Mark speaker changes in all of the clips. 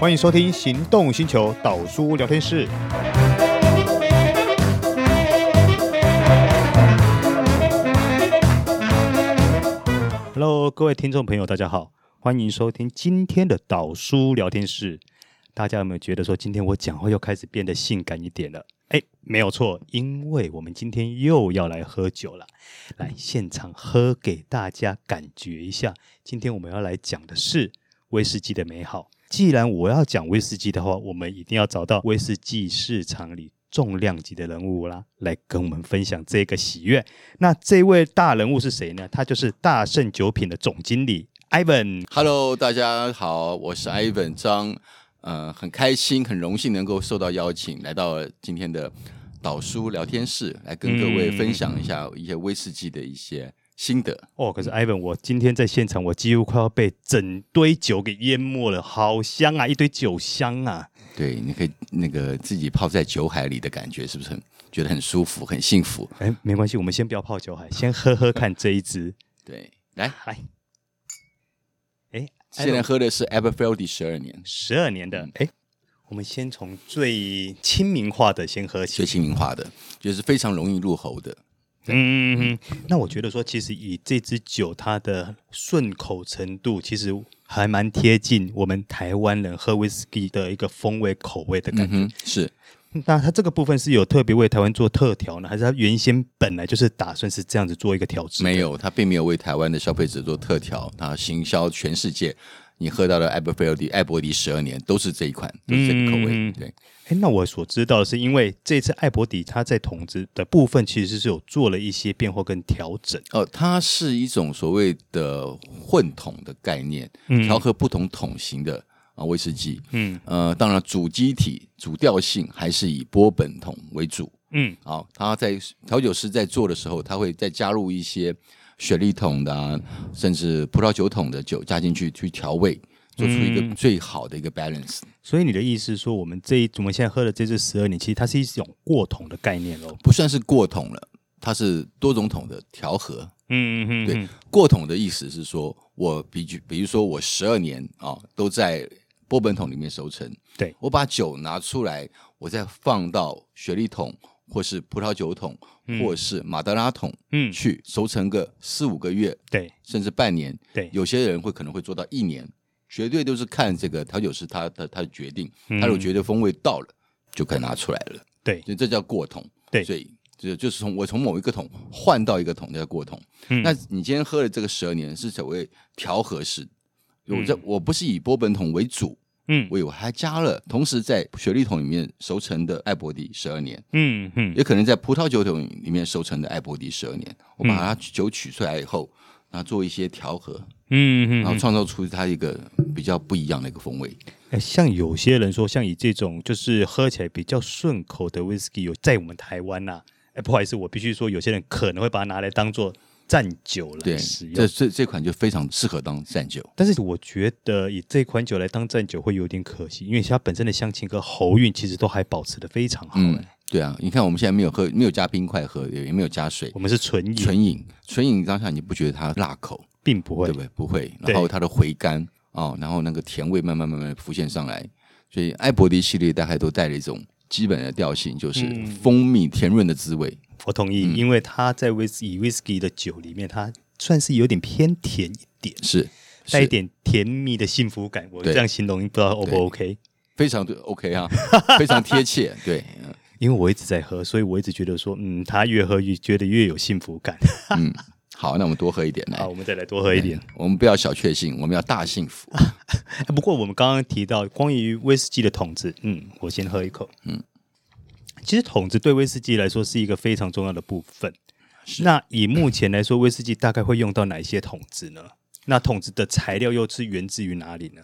Speaker 1: 欢迎收听《行动星球》导书聊天室。Hello，各位听众朋友，大家好，欢迎收听今天的导书聊天室。大家有没有觉得说，今天我讲话又开始变得性感一点了？哎，没有错，因为我们今天又要来喝酒了，来现场喝给大家感觉一下。今天我们要来讲的是威士忌的美好。既然我要讲威士忌的话，我们一定要找到威士忌市场里重量级的人物啦，来跟我们分享这个喜悦。那这位大人物是谁呢？他就是大圣酒品的总经理 Ivan。
Speaker 2: Hello，大家好，我是 Ivan 张，呃，很开心，很荣幸能够受到邀请，来到今天的导书聊天室，来跟各位分享一下一些威士忌的一些心得。
Speaker 1: 哦，可是
Speaker 2: 嗯
Speaker 1: Ivan，我今天在现场，我几乎快要被整堆酒给淹没了，好香啊，一堆酒香啊！
Speaker 2: 对，你可以那个自己泡在酒海里的感觉，是不是很觉得很舒服，很幸福？
Speaker 1: 哎，没关系，我们先不要泡酒海，先喝喝看这一支。
Speaker 2: 对，来，
Speaker 1: 来，哎，
Speaker 2: 现在喝的是 Aberfeldy 十二年
Speaker 1: 十二年的，哎，我们先从最亲民化的先喝
Speaker 2: 最
Speaker 1: 起。
Speaker 2: 亲民化的，就是非常容易入喉的。
Speaker 1: 嗯，那我觉得说，其实以这支酒它的顺口程度，其实还蛮贴近我们台湾人喝威士忌的一个风味口味的感
Speaker 2: 嗯
Speaker 1: 觉。
Speaker 2: 哼，是。
Speaker 1: 那它这个部分是有特别为台湾做特调呢，还是它原先本来就是打算是这样子做一个调制？
Speaker 2: 没，有，它并没有为台湾的消费者做特调，它行销全世界。你喝到的艾伯菲尔迪、艾伯迪十二年都是这一款，都是这个口味。
Speaker 1: 嗯
Speaker 2: 对，
Speaker 1: 哎，那我所知道的是，因为这次艾伯迪它在桶子的部分其实是有做了一些变化跟调整。
Speaker 2: 哦，它是一种所谓的混桶的概念，调和不同桶型的啊威士忌。嗯，呃，当然主基体、主调性还是以波本桶为主。
Speaker 1: 嗯，
Speaker 2: 好、他在调酒师在做的时候，他会再加入一些雪莉桶的、啊，甚至葡萄酒桶的酒加进去去调味，做出一个最好的一个 balance。
Speaker 1: 所以你的意思是说，我们这一我们现在喝的这支十二年，其实它是一种过桶的概念喽。
Speaker 2: 不算是过桶了，它是多种桶的调和。
Speaker 1: 嗯嗯
Speaker 2: 对，过桶的意思是说，我比举，比如说我十二年啊、都在波本桶里面熟成，
Speaker 1: 对
Speaker 2: 我把酒拿出来，我再放到雪莉桶或是葡萄酒桶、或是马德拉桶
Speaker 1: 嗯，
Speaker 2: 去熟成个四五个月，
Speaker 1: 对
Speaker 2: 甚至半年。
Speaker 1: 对，
Speaker 2: 有些人会可能会做到一年，绝对都是看这个调酒师他的他的决定，
Speaker 1: 嗯
Speaker 2: 他如果觉得风味到了，就可以拿出来了。
Speaker 1: 对
Speaker 2: 所以这叫过桶。
Speaker 1: 对
Speaker 2: 所以这就是从我从某一个桶换到一个桶叫过桶。
Speaker 1: 嗯
Speaker 2: 那你今天喝的这个十二年是所谓调和式，我这、我不是以波本桶为主，
Speaker 1: 嗯
Speaker 2: 我有还加了同时在雪莉桶里面熟成的艾伯迪十二年，
Speaker 1: 嗯嗯
Speaker 2: 也可能在葡萄酒桶里面熟成的艾伯迪十二年，我把它酒取出来以后，然后做一些调和，
Speaker 1: 嗯
Speaker 2: 然后创造出它一个比较不一样的一个风味。
Speaker 1: 嗯，像有些人说，像以这种就是喝起来比较顺口的 whisky，有在我们台湾呐、哎，不好意思，我必须说，有些人可能会把它拿来当做蘸酒来
Speaker 2: 对
Speaker 1: 使，
Speaker 2: 这
Speaker 1: 用。
Speaker 2: 这这款就非常适合当蘸酒。
Speaker 1: 但是我觉得以这款酒来当蘸酒会有点可惜，因为它本身的香气跟喉韵其实都还保持的非常好、
Speaker 2: 嗯
Speaker 1: 哎，
Speaker 2: 对啊，你看我们现在没有喝，没有加冰块喝，也没有加水
Speaker 1: 我，们是纯饮，
Speaker 2: 纯饮，纯饮当下你不觉得它辣口，
Speaker 1: 并不会
Speaker 2: 对不对？不会，
Speaker 1: 对
Speaker 2: 然后它的回甘哦，然后那个甜味慢慢慢慢浮现上来，所以艾伯迪系列大概都带了一种基本的调性，就是
Speaker 1: 嗯
Speaker 2: 蜂蜜甜润的滋味。
Speaker 1: 我同意，因为它在威士以威士忌的酒里面，它算是有点偏甜一点，
Speaker 2: 是
Speaker 1: 带一点甜蜜的幸福感。我
Speaker 2: 对
Speaker 1: 这样形容，不知道 O 不
Speaker 2: 对
Speaker 1: OK？
Speaker 2: 非常对，OK 啊，非常贴切，对，嗯
Speaker 1: 因为我一直在喝，所以我一直觉得说，嗯，它越喝越觉得越有幸福感。
Speaker 2: 嗯，好，那我们多喝一点
Speaker 1: 好，
Speaker 2: 来，嗯
Speaker 1: 我们再来多喝一点。
Speaker 2: 我们不要小确幸，我们要大幸福。
Speaker 1: 哎不过我们刚刚提到关于威士忌的桶子，嗯，我先喝一口，嗯，其实桶子对威士忌来说是一个非常重要的部分。那以目前来说，威士忌大概会用到哪些桶子呢？那桶子的材料又是源自于哪里呢？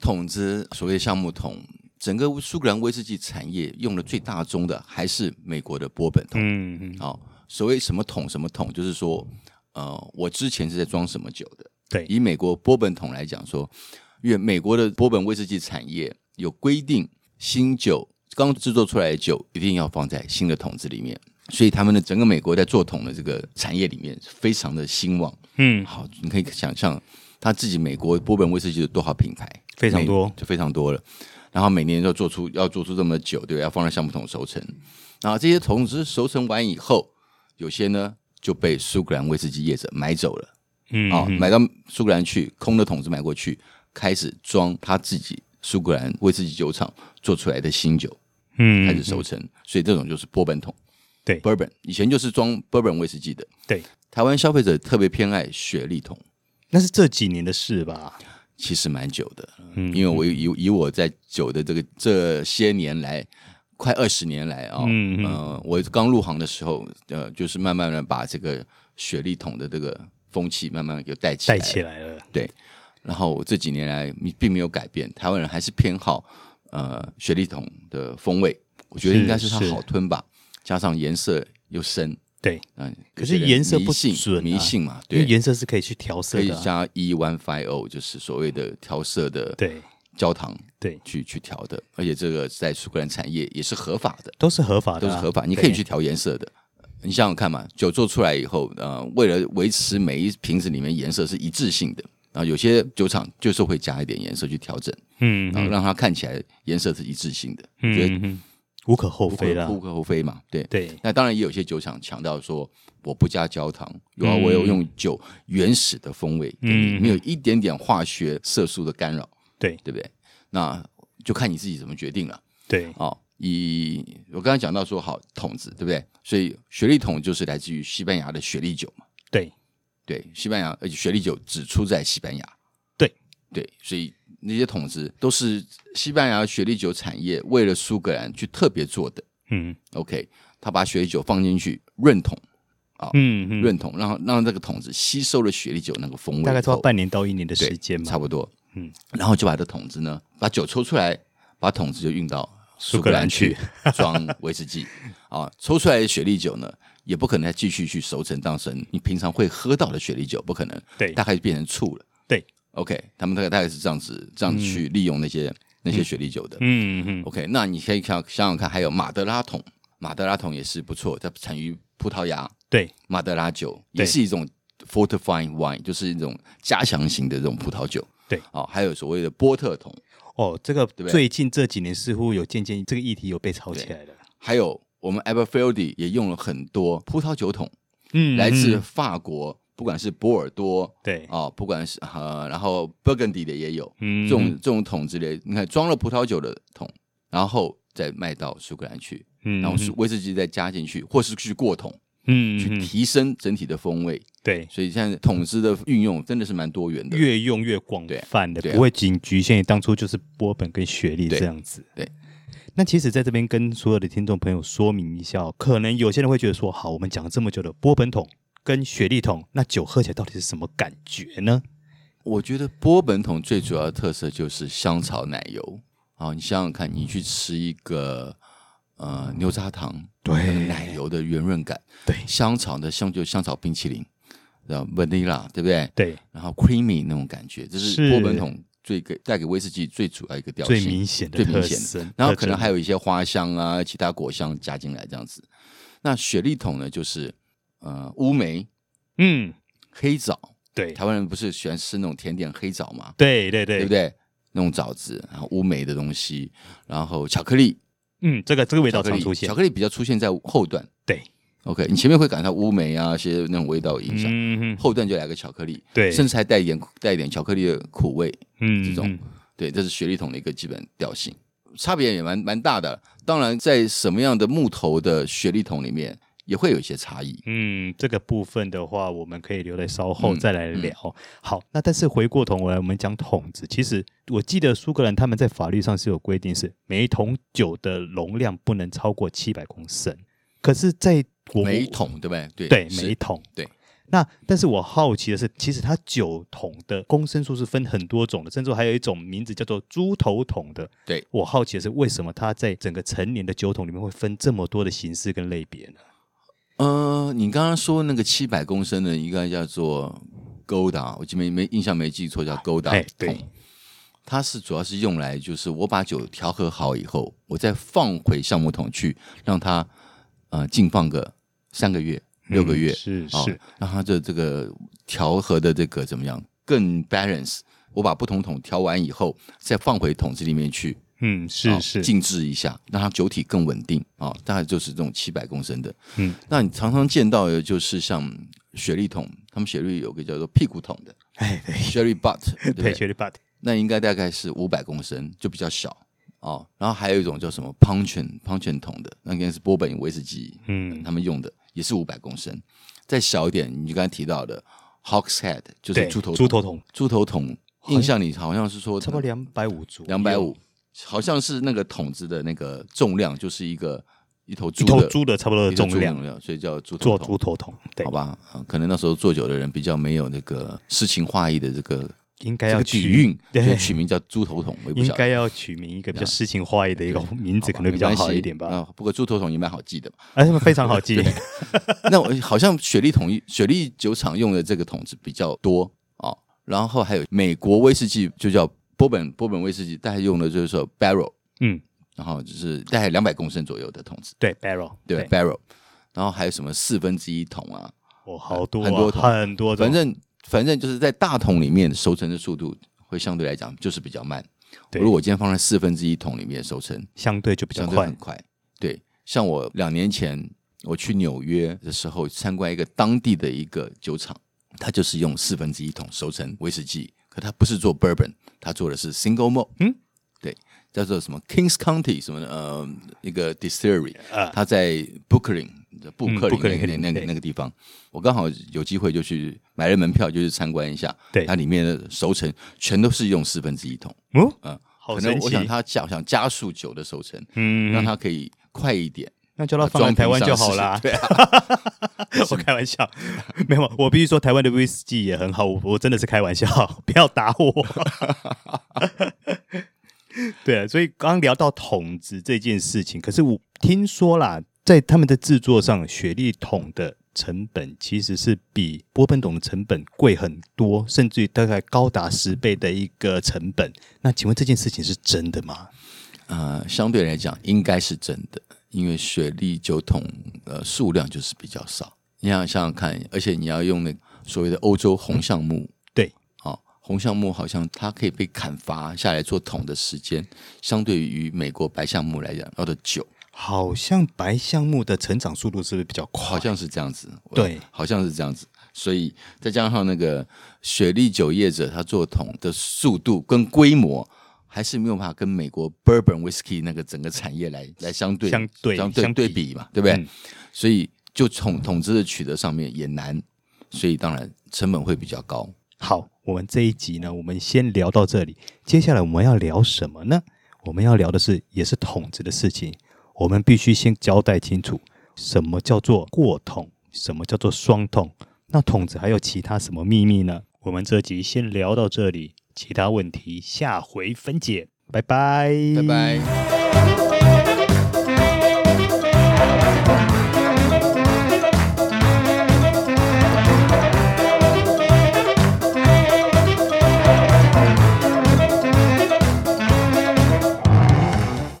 Speaker 2: 桶子，所谓橡木桶，整个苏格兰威士忌产业用的最大宗的还是美国的波本桶。
Speaker 1: 嗯嗯，
Speaker 2: 好、所谓什么桶什么桶，就是说，呃，我之前是在装什么酒的。
Speaker 1: 对，
Speaker 2: 以美国波本桶来讲说，因为美国的波本威士忌产业有规定，新酒刚制作出来的酒一定要放在新的桶子里面。所以他们的整个美国在做桶的这个产业里面非常的兴旺，
Speaker 1: 嗯
Speaker 2: 好，你可以想象他自己美国波本威士忌有多少品牌？
Speaker 1: 非常多
Speaker 2: 每，就非常多了。然后每年都做出要做出这么久，对，要放在橡木桶熟成。然后这些桶子熟成完以后，有些呢就被苏格兰威士忌业者买走了。
Speaker 1: 嗯
Speaker 2: 啊、
Speaker 1: 嗯
Speaker 2: 买到苏格兰去，空的桶子买过去，开始装他自己苏格兰威士忌酒厂做出来的新酒，
Speaker 1: 嗯
Speaker 2: 开始熟成，所以这种就是波本桶，
Speaker 1: 对
Speaker 2: ，bourbon 以前就是装 bourbon 威士忌的，
Speaker 1: 对，
Speaker 2: 台湾消费者特别偏爱雪莉桶，
Speaker 1: 那是这几年的事吧？
Speaker 2: 其实蛮久的，
Speaker 1: 嗯
Speaker 2: 因为我以以我在酒的这个这些年来。快二十年来啊、
Speaker 1: 嗯嗯
Speaker 2: 呃，我刚入行的时候，呃，就是慢慢的把这个雪莉桶的这个风气慢慢给带起来
Speaker 1: 带
Speaker 2: 了，
Speaker 1: 起来了，
Speaker 2: 然后这几年来并没有改变，台湾人还是偏好呃雪莉桶的风味，我觉得
Speaker 1: 是
Speaker 2: 应该是它
Speaker 1: 是
Speaker 2: 好吞吧，加上颜色又深，
Speaker 1: 对，
Speaker 2: 嗯，
Speaker 1: 可是颜色不
Speaker 2: 迷信
Speaker 1: 准啊
Speaker 2: 迷信嘛，
Speaker 1: 因为
Speaker 2: 对，
Speaker 1: 颜色是可以去调
Speaker 2: 可
Speaker 1: 色
Speaker 2: 以
Speaker 1: 的啊、
Speaker 2: 加 E one five O，就是所谓的调色的
Speaker 1: 对
Speaker 2: 焦糖
Speaker 1: 对，
Speaker 2: 去去调的，而且这个在苏格兰产业也是合法的，
Speaker 1: 都是合法的
Speaker 2: 都
Speaker 1: 啊、
Speaker 2: 是合法，你可以
Speaker 1: 对
Speaker 2: 去调颜色的。你想想看嘛，酒做出来以后，呃，为了维持每一瓶子里面颜色是一致性的，然后有些酒厂就是会加一点颜色去调整。
Speaker 1: 嗯
Speaker 2: 然
Speaker 1: 嗯
Speaker 2: 后让它看起来颜色是一致性的，觉得
Speaker 1: 嗯嗯，无可厚
Speaker 2: 无
Speaker 1: 非啦
Speaker 2: 可，无可厚非嘛。对，
Speaker 1: 对，
Speaker 2: 那当然也有些酒厂强调说我不加焦糖，然后我有用酒原始的风味给你，
Speaker 1: 嗯
Speaker 2: 没有一点点化学色素的干扰，
Speaker 1: 对
Speaker 2: 对不对？那就看你自己怎么决定了
Speaker 1: 对，
Speaker 2: 哦。以我刚才讲到说好桶子，对不对？所以雪莉桶就是来自于西班牙的雪莉酒嘛，
Speaker 1: 对，
Speaker 2: 对，西班牙，而且雪莉酒只出在西班牙，
Speaker 1: 对
Speaker 2: 对，所以那些桶子都是西班牙雪莉酒产业为了苏格兰去特别做的。
Speaker 1: 嗯
Speaker 2: OK，他把雪莉酒放进去润桶，
Speaker 1: 嗯嗯，
Speaker 2: 润桶，让让这个桶子吸收了雪莉酒那个风味以后，
Speaker 1: 大概花半年到一年的时间
Speaker 2: 差
Speaker 1: 嘛，
Speaker 2: 不多，
Speaker 1: 嗯
Speaker 2: 嗯，然后就把这桶子呢，把酒抽出来，把桶子就运到
Speaker 1: 苏
Speaker 2: 苏
Speaker 1: 格
Speaker 2: 格
Speaker 1: 兰
Speaker 2: 兰
Speaker 1: 去
Speaker 2: 去 装威士忌啊，抽出来的雪莉酒呢，也不可能再继续去熟成当成你平常会喝到的雪莉酒，不可能，
Speaker 1: 对
Speaker 2: 大概就变成醋了，
Speaker 1: 对
Speaker 2: ，OK，他们大概大概是这样子，这样去利用那些、那些雪莉酒的，
Speaker 1: 嗯嗯
Speaker 2: OK，那你可以想想想看，还有马德拉桶，马德拉桶也是不错，它产于葡萄牙，
Speaker 1: 对，
Speaker 2: 马德拉酒
Speaker 1: 对
Speaker 2: 也是一种 fortifying wine，就是一种加强型的这种葡萄酒。
Speaker 1: 对，
Speaker 2: 哦，还有所谓的波特桶，
Speaker 1: 哦，这个
Speaker 2: 不对
Speaker 1: 最近这几年似乎有渐渐这个议题有被炒起来了，
Speaker 2: 还有我们 Aberfieldy 也用了很多葡萄酒桶，
Speaker 1: 嗯
Speaker 2: 来自
Speaker 1: 嗯
Speaker 2: 法国，不管是波尔多
Speaker 1: 对，
Speaker 2: 啊、不管是呃，然后 Burgundy 的也有，
Speaker 1: 嗯
Speaker 2: 这种这种桶之类，你看装了葡萄酒的桶，然后再卖到苏格兰去，
Speaker 1: 嗯
Speaker 2: 然后是威士忌再加进去，或是去过桶。
Speaker 1: 嗯
Speaker 2: 去
Speaker 1: 嗯嗯
Speaker 2: 提升整体的风味。
Speaker 1: 对，
Speaker 2: 所以现在桶子的运用真的是蛮多元的。
Speaker 1: 越用越广
Speaker 2: 对
Speaker 1: 泛的，
Speaker 2: 对啊
Speaker 1: 不会仅局限于当初就是波本跟雪莉这样子。
Speaker 2: 对对
Speaker 1: 那其实在这边跟所有的听众朋友说明一下哦、可能有些人会觉得说，好，我们讲了这么久的波本桶跟雪莉桶，那酒喝起来到底是什么感觉呢？
Speaker 2: 我觉得波本桶最主要的特色就是香草奶油。啊，你想想看，你去吃一个呃牛轧糖，
Speaker 1: 对
Speaker 2: 那个奶油的圆润感，
Speaker 1: 对
Speaker 2: 香草的香就香草冰淇淋，然后 vanilla 对不对？
Speaker 1: 对，
Speaker 2: 然后 creamy 那种感觉，这
Speaker 1: 是
Speaker 2: 是波本桶最给带给威士忌最主要一个调
Speaker 1: 最
Speaker 2: 性。
Speaker 1: 明显的
Speaker 2: 最明
Speaker 1: 特
Speaker 2: 显的
Speaker 1: 征，
Speaker 2: 然后
Speaker 1: 特
Speaker 2: 可能
Speaker 1: 征
Speaker 2: 还有一些花香啊、其他果香加进来这样子。那雪莉桶呢，就是呃乌梅、
Speaker 1: 嗯，
Speaker 2: 黑枣，
Speaker 1: 对
Speaker 2: 台湾人不是喜欢吃那种甜点黑枣嘛，
Speaker 1: 对对
Speaker 2: 对
Speaker 1: 对
Speaker 2: 不，对？那种枣子，然后乌梅的东西，然后巧克力，
Speaker 1: 嗯，这个这个味道
Speaker 2: 巧克
Speaker 1: 常
Speaker 2: 力，
Speaker 1: 出现
Speaker 2: 巧，克力比较出现在后段。
Speaker 1: 对，
Speaker 2: OK，你前面会感到乌梅啊，一些那种味道影响，
Speaker 1: 嗯，
Speaker 2: 后段就来个巧克力，
Speaker 1: 对，
Speaker 2: 甚至还带一点带一点巧克力的苦味，
Speaker 1: 嗯
Speaker 2: 这种
Speaker 1: 嗯
Speaker 2: 对，这是雪莉桶的一个基本调性，差别也蛮蛮大的。当然，在什么样的木头的雪莉桶里面，也会有一些差异。
Speaker 1: 嗯，这个部分的话，我们可以留在稍后
Speaker 2: 嗯
Speaker 1: 再来聊。好，那但是回过头来，我们讲桶子，其实我记得苏格兰他们在法律上是有规定，是每一桶酒的容量不能超过七百公升。可是，在我
Speaker 2: 每一桶，对不对？对
Speaker 1: 嗯对
Speaker 2: 是
Speaker 1: 每一桶
Speaker 2: 对。
Speaker 1: 那但是我好奇的是，其实它酒桶的公升数是分很多种的，甚至还有一种名字叫做猪头桶的。
Speaker 2: 对
Speaker 1: 我好奇的是，为什么它在整个成年的酒桶里面会分这么多的形式跟类别呢？
Speaker 2: 呃，你刚刚说那个七百公升的，应该叫做 Golda，我记没没印象没记错，叫 Golda
Speaker 1: 哎
Speaker 2: 桶。
Speaker 1: 对
Speaker 2: 它是主要是用来，就是我把酒调和好以后，我再放回橡木桶去，让它呃静放个三个月、六个月，
Speaker 1: 嗯是
Speaker 2: 哦
Speaker 1: 是，
Speaker 2: 让它的这个调和的这个怎么样更 balance。我把不同桶调完以后，再放回桶子里面去，
Speaker 1: 嗯，
Speaker 2: 啊
Speaker 1: 是是，
Speaker 2: 静置一下，让它酒体更稳定啊、大概就是这种七百公升的。
Speaker 1: 嗯，
Speaker 2: 那你常常见到的就是像雪莉桶，他们雪莉有个叫做屁股桶的
Speaker 1: 哎，对
Speaker 2: Sherry Butt，对不
Speaker 1: 对
Speaker 2: 对？
Speaker 1: ，Cherry b u t
Speaker 2: 那应该大概是五百公升，就比较小哦。然后还有一种叫什么 Punchen Punchen 桶的，那应该是波本威士忌，嗯，他们用的也是五百公升。再小一点，你就刚才提到的 Hawkshead，就是
Speaker 1: 对，
Speaker 2: 猪头
Speaker 1: 猪头桶，
Speaker 2: 猪头桶，印象里好像是说
Speaker 1: 差不多两百五左右，
Speaker 2: 两百五，好像是那个桶子的那个重量，就是一个一头
Speaker 1: 一
Speaker 2: 猪
Speaker 1: 头
Speaker 2: 的
Speaker 1: 猪的差不多的
Speaker 2: 一头
Speaker 1: 重
Speaker 2: 猪的
Speaker 1: 量
Speaker 2: 重，量，所以叫猪头
Speaker 1: 做
Speaker 2: 桶，
Speaker 1: 猪头桶，对
Speaker 2: 好，吧、啊可能那时候做酒的人比较没有那个诗情画意的这个
Speaker 1: 应该
Speaker 2: 这
Speaker 1: 要
Speaker 2: 个底蕴，所
Speaker 1: 对
Speaker 2: 以取名叫猪头桶，我也不
Speaker 1: 应
Speaker 2: 晓得。
Speaker 1: 该要取名一个比
Speaker 2: 啊
Speaker 1: 较诗情画意的一个名字，可能比较好一点吧。
Speaker 2: 啊，不过猪头桶也蛮好记的嘛。
Speaker 1: 哎，非常好记，
Speaker 2: 那我好像雪莉桶雪莉酒厂用的这个桶子比较多哦，然后还有美国威士忌就叫波本波本威士忌，大概用的就是说 barrel，
Speaker 1: 嗯，
Speaker 2: 然后就是大概两百公升左右的桶子。
Speaker 1: 对，barrel，
Speaker 2: 对 b a r r e l 然后还有什么四分之一桶啊，
Speaker 1: 哦，好多啊
Speaker 2: 很多桶
Speaker 1: 很多种，
Speaker 2: 反正反正就是在大桶里面熟成的速度会相对来讲就是比较慢。
Speaker 1: 对
Speaker 2: 如果我今天放在四分之一桶里面熟成，
Speaker 1: 相对就比较
Speaker 2: 相对
Speaker 1: 快
Speaker 2: 很，快。对，像我两年前我去纽约的时候，参观一个当地的一个酒厂，它就是用四分之一桶熟成威士忌，可它不是做 bourbon，它做的是 single malt。
Speaker 1: 嗯，
Speaker 2: 对，叫做什么 Kings County 什么的呃一个 distillery，、
Speaker 1: 啊
Speaker 2: 它在 Brooklyn 布克
Speaker 1: 布克
Speaker 2: 林
Speaker 1: 林
Speaker 2: 那个那个
Speaker 1: 对
Speaker 2: 那个地方，我刚好有机会就去买了门票，就去参观一下。
Speaker 1: 对
Speaker 2: 它里面的熟成全都是用四分之一桶，
Speaker 1: 哦，
Speaker 2: 嗯，
Speaker 1: 好
Speaker 2: 可
Speaker 1: 神
Speaker 2: 能我
Speaker 1: 奇
Speaker 2: 想，它想想加速酒的熟成，
Speaker 1: 嗯，
Speaker 2: 让它可以快一点。啊
Speaker 1: 那叫他放来台湾就好啦。
Speaker 2: 对啊，
Speaker 1: 我开玩笑，没有，我必须说台湾的威士忌也很好，我我真的是开玩笑， 不要打我。对，啊所以刚刚聊到桶子这件事情，可是我听说啦，在他们的制作上，雪莉桶的成本其实是比波本桶的成本贵很多，甚至于大概高达十倍的一个成本。那请问这件事情是真的吗？
Speaker 2: 呃，相对来讲应该是真的，因为雪莉酒桶呃数量就是比较少。你想想看，而且你要用那个所谓的欧洲红橡木，
Speaker 1: 对，
Speaker 2: 哦，红橡木好像它可以被砍伐下来做桶的时间，相对于美国白橡木来讲要的久，
Speaker 1: 好像白橡木的成长速度是不是比较快？
Speaker 2: 好像是这样子。我
Speaker 1: 对，
Speaker 2: 好像是这样子。所以再加上那个雪莉酒业者，他做桶的速度跟规模。还是没有办法跟美国 bourbon whiskey 那个整个产业来来相对
Speaker 1: 相对
Speaker 2: 相对
Speaker 1: 相
Speaker 2: 对
Speaker 1: 比
Speaker 2: 比嘛，对不对？
Speaker 1: 嗯
Speaker 2: 所以就统统治的取得上面也难，所以当然成本会比较高。
Speaker 1: 好，我们这一集呢，我们先聊到这里。接下来我们要聊什么呢？我们要聊的是，也是桶子的事情。我们必须先交代清楚，什么叫做过桶，什么叫做双桶。那桶子还有其他什么秘密呢？我们这集先聊到这里，其他问题下回分解。拜拜，
Speaker 2: 拜拜。